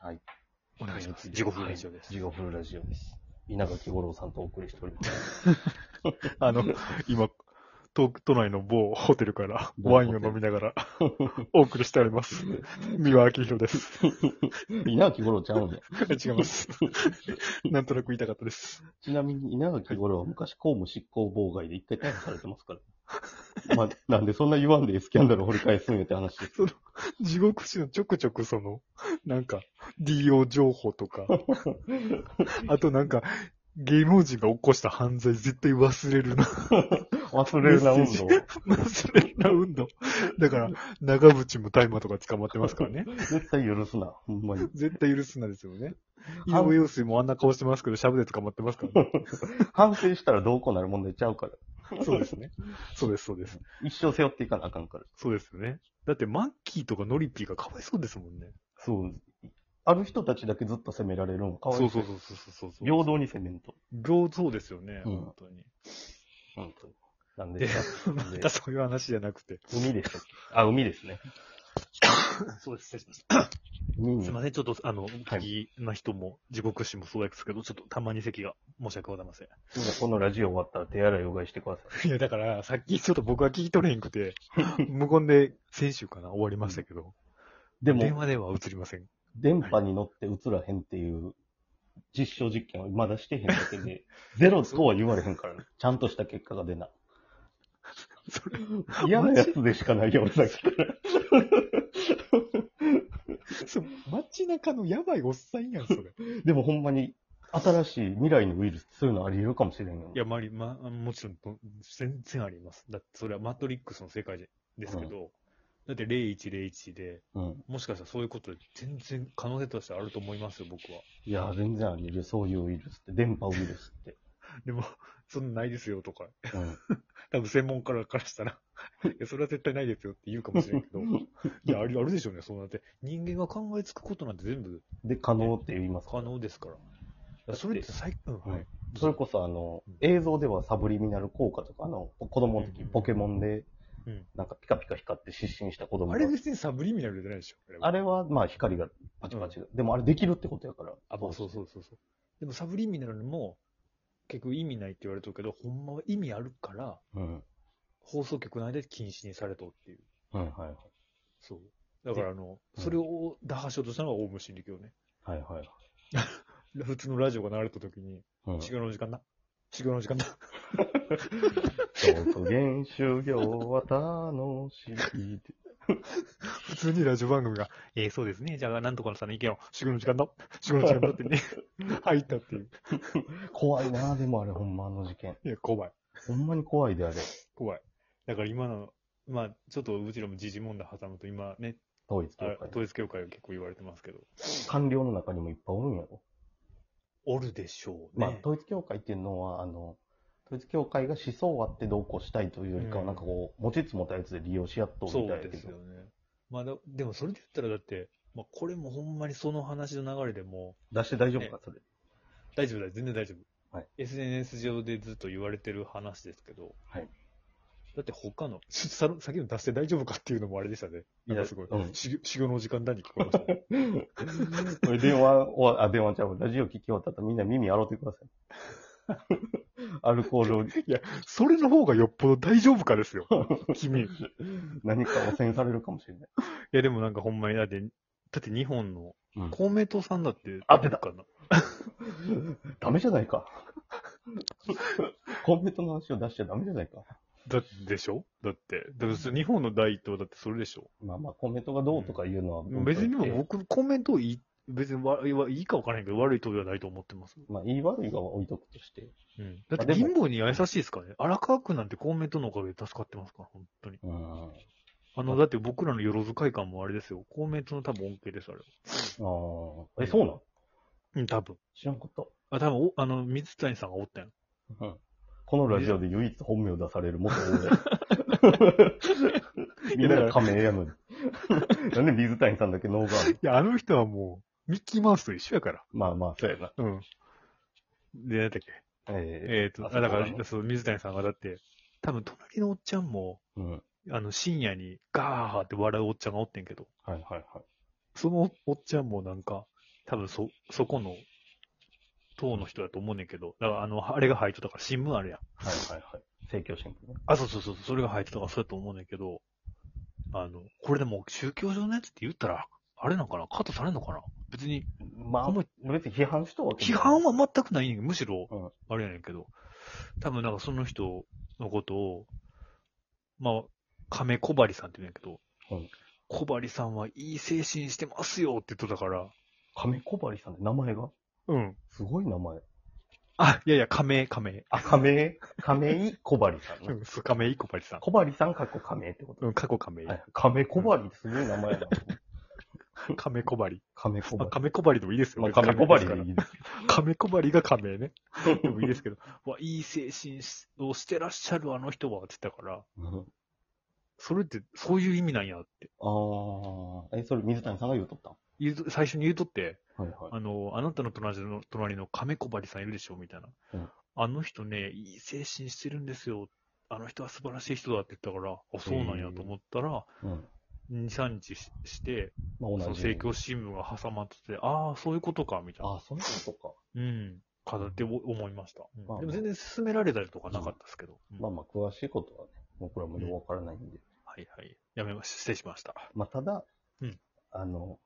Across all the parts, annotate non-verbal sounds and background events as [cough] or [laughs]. はい。お願いします。地獄ラジオです。ジゴフルラジオです。稲垣吾郎さんとお送りしております。あの、 [laughs] 今、東都内の某ホテルから某ワインを飲みながらお送りしております。 [laughs] 三輪明宏です。稲垣吾郎ちゃうんや。 [laughs] 違います。 [laughs] なんとなく言いたかったです。ちなみに稲垣吾郎は昔公務執行妨害で一回逮捕されてますから。まあ、なんでそんな言わんでスキャンダルを掘り返すんやって話です。地獄市のちょくちょくその、なんか、DO 情報と [laughs] か、あとなんか、芸能人が起こした犯罪絶対忘れるな。 [laughs] 忘れるな運動。忘れるな運動。だから、長渕も大麻とか捕まってます [laughs] からね。絶対許すな。ほんまに。絶対許すなですよね。井上陽水もあんな顔してますけど、シャブで捕まってますからね。反省したらどうこうなる問題ちゃうから。そうですね。 [laughs] そうです、そうです。一生背負っていかなあかんから。そうですよね。だって、マッキーとかノリピーがかわいそうですもんね。そう。ある人たちだけずっと責められるのかわいそそうう。そうそうそうそうそう。平等に責めんと。平等ですよね、うん本当に。本当に。なんでさ、なんまでたそういう話じゃなくて。海でしたっけあ、海ですね。そうです、失礼します。海すいにません、ちょっと、あの、おは聞いきな人も、地獄師もそうですけど、ちょっとたまに席が申し訳ございません。みんなこのラジオ終わったら手洗いうがいしてくださ [laughs] いや、だから、さっきちょっと僕は聞き取れへんく [laughs] て、無言で先週かな、終わりましたけど、い。で電も、話では映りません。電波に乗って映らへんっていう実証実験をまだしてへんだけで、ゼロとは言われへんからね。ちゃんとした結果が出な。それ、嫌なやつでしかないよ、俺だけから。そ街中のやばいおっさんやん、それ。でもほんまに、新しい未来のウイルス、そういうのあり得るかもしれんよ。いや、まあり、まあ、もちろん、と全然あります。だって、それはマトリックスの世界でですけど、だって0101で、うん。もしかしたらそういうことで全然可能性としてあると思いますよ、僕は。いや、全然あり得るよ、そういうウイルスって。電波ウイルスって。でも、そんなないですよとか、うん。多分専門家からしたら、 [laughs] いや、それは絶対ないですよって言うかもしれんけ [laughs] ど、いや、あるあるでしょうね、そうなって。人間が考えつくことなんて全部で、可能って言いますか可能ですから。いやそれって最近、うんはい。それこそあのうん、映像ではサブリミナル効果とか、あの、子供の時うんポケモンでうん、なんかピカピカ光って失神した子供があれ別にサブリミナルじゃないでしょ。あれは、まあ光がパチパチが。でもあれできるってことやから。あ、まあそうそうそうそう。でもサブリミナルも結局意味ないって言われてるけど、ほんまは意味あるから、うん。放送局内で禁止にされとっていう。うん、はいそう。だからあの、うんそれを打破しようとしたのがオウム真理教ね。はい。はいはい。普通のラジオが流れた時に、うん。修行の時間だ。修行の時間だ。極限修行は楽しい [laughs] って。 [laughs] 普通にラジオ番組が、えー、そうですね。じゃあ、なんとかのさんの意見を、修行の時間だ。修行の時間だって [laughs] ね、入ったっていう。怖いなでもあれほんまあの事件。いや、怖い。ほんまに怖いであれ。怖い。だから今の、まあ、ちょっとうちらも時事問題挟むと、今ね、統一あ教会。統一教会が結構言われてますけど。官僚の中にもいっぱいおるんやろ。おるでしょうまあね。統一教会っていうのは、あの、統一教会が思想あってどうこうしたいというよりかは、うんなんかこう、持ちつ持たれつで利用し合っとるそみたいうやでけすどよ。ね。まあだ、でもそれで言ったらだって、まあこれもほんまにその話の流れでも出して大丈夫か、それ。う、大丈夫だ、全然大丈夫。はい、 SNS 上でずっと言われてる話ですけど、はい、だって他の、ちょっとさら先の出して大丈夫かっていうのもあれでしたね。いやなんかすごい。うん修行修行の時間だに聞こえました、ね。 [laughs] [laughs] 俺電話を、あ、電話ちゃうわ。ラジオ聞き終わったらみんな耳洗ってくだ [laughs] さい。アルコールをそれの方がよっぽど大丈夫かで [laughs] すよ。君。い何か汚染されるかもしれない。やでもなんかほんまに、だって、だって日本のうん公明党さんだって、あ出たかな。ダメじゃない [laughs] か。コンペトの話を出しちゃダメじゃないか。だってでしょだって。だって日本の第一党だってそれでしょまあまあ、コメントがどうとかいうのは、別にもう僕、コメントいい、別にわいいいか分からへんけど、悪いとではないと思ってます。まあ、言い悪いが置いとくとして。うん。だあってでも貧乏には優しいですからね。荒川区なんて公明党のおかげで助かってますから、本当に。うん。ああの、だって僕らのよろず会館もあれですよ。公明党の多分恩恵です、あれ。あ。え、そうなんうん、多分。知らんかった。あ、多分お、あの、水谷さんがおったやん。うんこのラジオで唯一本名出される元 [laughs] 俺。みんな仮名やのに。なんで水谷さんだけノーガードいや、あの人はもう、ミッキーマウスと一緒やから。まあまあ、そうやな。うん。で、なんだっけ。ええっ、と、あそうあだかなのら、そう、水谷さんがだって、多分隣のおっちゃんも、えうん。あの、深夜にガーって笑うおっちゃんがおってんけど。はいはいはい。そのおっちゃんもなんか、多分そ、そこの、党の人だと思うねんけど、だからあの、あれが入っとったから、新聞あるやん。はいはいはい。政教新聞ね。あ、そうそうそう、それが入ってたからそうやと思うねんだけど、あの、これでも宗教上のやつって言ったら、あれなんかなカットされんのかな別に、まあ、あんま別に批判したわけ批判は全くないねんけど、むしろうん、あれやねんけど、多分なんかその人のことを、まあ、亀小針さんって言うんやけどはい、小針さんはいい精神してますよって言っとったから、亀小針さんって名前がうん。すごい名前。あ、いやいや、亀、亀。あ、亀、亀井小針さん [laughs] うね。ん、そう亀井小針さん。小針さんかっこ亀ってこと。うん、過去亀井。はい亀小針ってすごい名前だな。亀小針。亀小まあ、針。亀小針でもいいですよ。まあ、亀小針ですかでらいいです。亀こばりが [laughs] 亀ね。でもいいですけど、わ、いい精神をしてらっしゃるあの人は、って言ったから、うんそれって、そういう意味なんやって。ああ、え、それ水谷さんが言うとった言うと最初に言うとって、はいはあの、あなたの隣の、隣の亀こばりさんいるでしょみたいな、うんあの人ね、いい精神してるんですよ。あの人は素晴らしい人だって言ったから、あ、そうなんやと思ったら、い。うん。 2、3日しして、まそあ、の同じ。政教新聞が挟まってて、ああ、そういうことか、みたいな。ああ、そういうことか。うん。かなってお思いました。うんまあでも全然進められたりとかなかったですけど。うんまあまあ、詳しいことはね、僕らもよくわからないんで。はいはい。やめました。失礼しました。まあ、ただ、うんあの、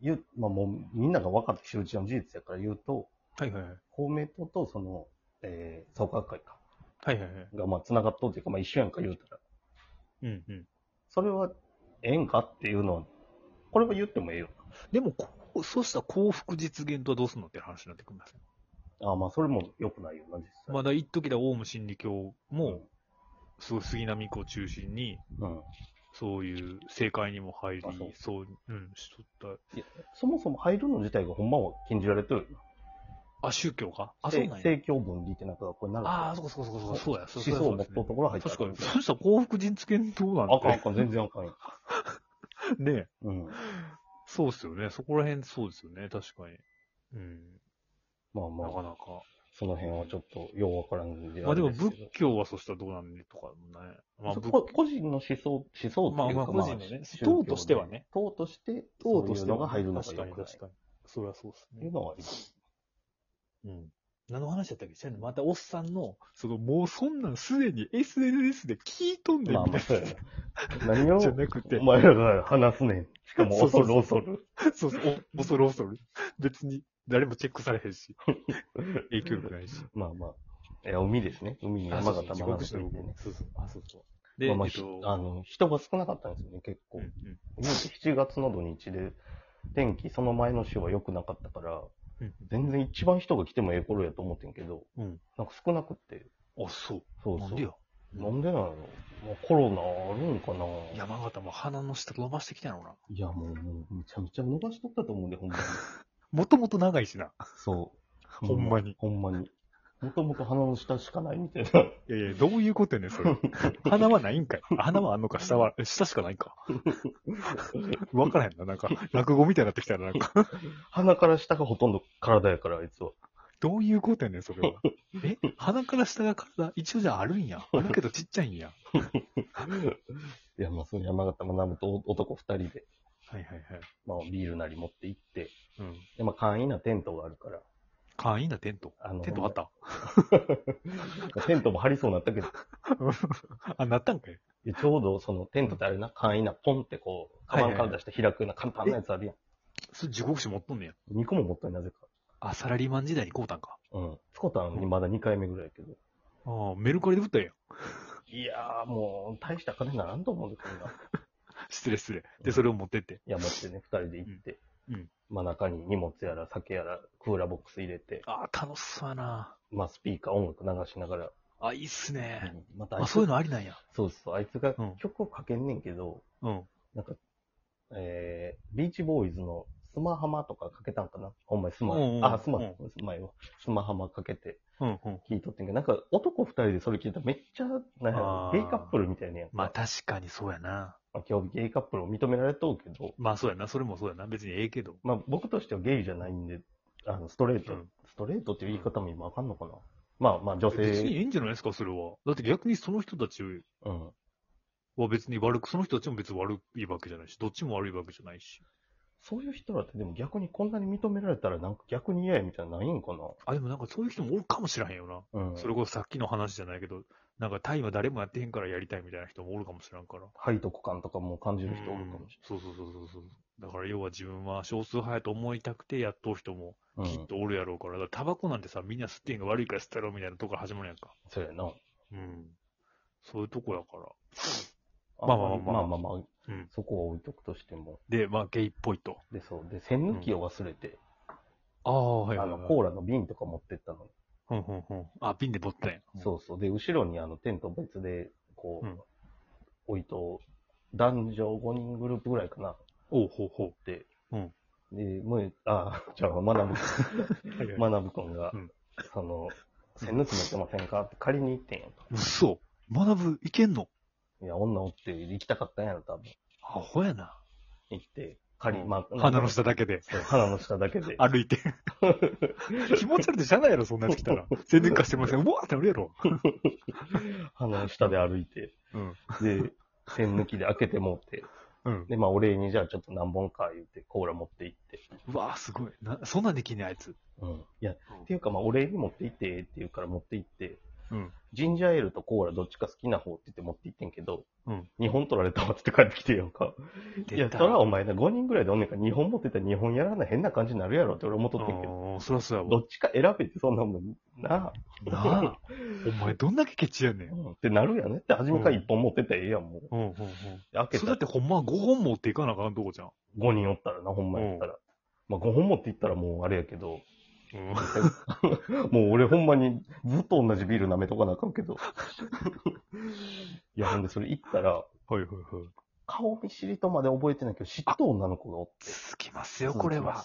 言う、まあもう、みんなが分かった周知の事実やから言うと、はいはいはい。公明党とその、えー、創価学会か、はいはいはい。がまあ繋がっとるというか、まあ一緒やんか言うたら、うんうん。それは、ええんかっていうのは、これは言ってもええよでも、こうそうした幸福実現とはどうするのって話になってくるんですよ。な。ああ、まあそれも良くないよな、実際。まだ一時だ、オウム真理教も、すごい杉並区を中心に、うん、うん。そういう政界にも入りあそう、そう、うん、しとっそもそも入るの自体がほんまは禁じられてるよな。た。あ、宗教かあ、せそうなんや。政教分離ってなんか、これなんああ、か、そうかそうかそうか、そうや、そ思うそ想うやそをう持でっすとねるところ入った確かに。そうしたら幸福実現どうなんあかんあて。かん、全然あかんよ。ねえ。うん。そうっすよね。そこら辺そうですよね。確かに。うん。まあまなあか。なか。その辺はちょっとようわからんで。まあでもれす仏けど教はそしたらどうなんねとかもね。まあそ仏こ個人の思想、思想っていうか、まあまあ個人のね宗教党としてはね。党として、党としそてういうのが入るのが確良かくにない。確かに。それはそうですっていうね。のはあります。うん。何の話だったっけ知らんねまたおっさんの、その、もうそんなんすでに SNS で聞いとんねまあんみまあ、たそういや [laughs] な。な。何をじゃ、なくてお、前らが話すねん。しかも、 [laughs] そうそ恐うる恐る。そうそうそう、お恐る恐る。別に誰もチェックされへ [laughs] んし、影響力ないし。まあまあ。え、海ですね。海にあ山形地学獄ぶ師のん僕でもね。そうそう。あ、そうそう。で、まあまあ、えっひと、あの、人が少なかったんですよね、結構うん。うん言うて7月の土日で、天気その前の週は良くなかったから、うん全然一番人が来てもええ頃やと思ってんけど、うんなんか少なくって。あ、そう。そうそう。なんでや。なんでなのもうコロナあるんかな山形も鼻の下伸ばしてきたやろうな。いや、もう、もう、めちゃめちゃ伸ばしとったと思うんで、ほん [laughs] まに。もともと長いしな。そう。ほんまにほんまに。もともと鼻の下しかないみたいな。いやいや、どういうことやねん、 [laughs] それ。鼻はないんかい。鼻はあんのか、下は、下しかないんか。わからへんな、なんか、落語みたいになってきたら、なんか、鼻から下がほとんど体やから、あいつは。どういうことやねん、それは。え鼻から下が体、一応じゃああるんや。あるけどちっちゃいんや。いや、まあ、その山形学ぶと男二人で、はいはいはい。まあ、ビールなり持って行って、うん。で、まあ、簡易なテントがあるから、簡易なテント。あの、テントあった [laughs] テントも張りそうになったけど、あ、なったんかい。でちょうどそのテントってあれな、簡易な、ポンってこう、カバンから出して開くような簡単なやつあるやん。それ地獄紙持っとんねや。 2個も持ったよなぜか。あ、サラリーマン時代に買うたんか。うん。スコタンにまだ2回目ぐらいやけど。ああ、メルカリで売ったんやん。いやーもう、大した金にならんと思うんですけ [laughs] どな。失礼失礼。で、それを持ってって。山ってね、2人で行って。うんうんまあ中に荷物やら酒やらクーラーボックス入れて、ああ、楽しそうやな。まあスピーカー音楽流しながら、あ、いいっすね。またあいあ、つそういうのありなんや。そうそう、あいつがうん曲をかけんねんけど、うん。なんか、えー、ビーチボーイズのスマハマとかかけたんかなほんまにスマ、うんうんあ、スマ、うスんマよ。スマハマかけてうんうん。弾いとってんけど、なんか男2人でそれ聞いたらめっちゃ、なんやろあーゲイカップルみたいなやんか。まあ確かにそうやな。まあ、今日ゲイカップルを認められとうけど、まあそうやな。それもそうやな。別にええけど。まあ僕としてはゲイじゃないんで、あの、ストレート、うんストレートっていう言い方も今わかんのかな。まあまあ女別に性、ええんじゃないですか、それは。だって逆にその人たちうん。は別に悪く、その人たちも別に悪いわけじゃないし、どっちも悪いわけじゃないし。そういう人らってでも逆にこんなに認められたらなんか逆に嫌やみたいなのないんかあ、でもなんかそういう人もおるかもしらへんよな。な。うん。それこそさっきの話じゃないけど、なんかタイは誰もやってへんからやりたいみたいな人もおるかもしらんから。背徳感とかも感じる人おるかもしそうそうそうそうそう。だから要は自分は少数派やと思いたくてやっとう人もれない。きうっん。とおるやろうから、だからタバコなんてさ、みんな吸ってんが悪いから吸ったろみたいなとこから始まるやんか。そうやな。うん。そういうとこやから。ままああままああままああままああまあ、うん。そこは置いとくとしても。で、まあゲイっぽいと。で、そう。で、栓抜きを忘れて、ああ、はあの、コーラの瓶とか持ってったの。ほんほんほん。あ、瓶でボったんや。そうそう。で、後ろにあの、テント別で、こう、うん置いと、男女5人グループぐらいかな。おうほうほう。で、うんで、もう、あ、じゃあ、まなぶはいはいまなぶくんが、うんその、栓抜き持ってませんかって借りに行ってんやん嘘。学ぶ、いけんのいや、女おって行きたかったんやろ、多分。アホやな。行って、借り、まあ、鼻の下だけで。そう。鼻の下だけで。歩いて。気持ち悪いでしゃあないやろ、そんなやつ来たら。全然貸してません。うわーってなるやろ。鼻の下で歩いて。うん。で、栓抜きで開けてもうて。うん。で、まあ、お礼にじゃあちょっと何本か言って、コーラ持って行って。うわーすごい。な、そんなんできんねんあいつ。うん。いや、っていうか、まあ、お礼に持って行って、って言うから持って行って、うん。ジンジャーエールとコーラどっちか好きな方って言って持って行ってんけど、うん2本取られたわって帰ってきてやんか。いや、そらお前な、5人ぐらいでおんねんから、2本持ってたら2本やらな変な感じになるやろって俺思っとってんけど、おーそらそうやどわ。っちか選べってそんなもん、なあ、なあ。お前どんだけケチやねん。ううんん、ってなるやねって、初めから1本持ってたらええやん、もう。うんうん。開けそれだたってほんまは5本持っていかなあかんとこじゃん。 5人おったらな、ほんまやったら。まあ、5本持って行ったらもうあれやけど、うん。もう俺ほんまにずっと同じビール舐めとかなあかん [laughs] けど。いや、ほんでそれ行ったら、はいはいはい。顔見知りとまで覚えてないけど、知った女の子がおって。続きますよ、これは。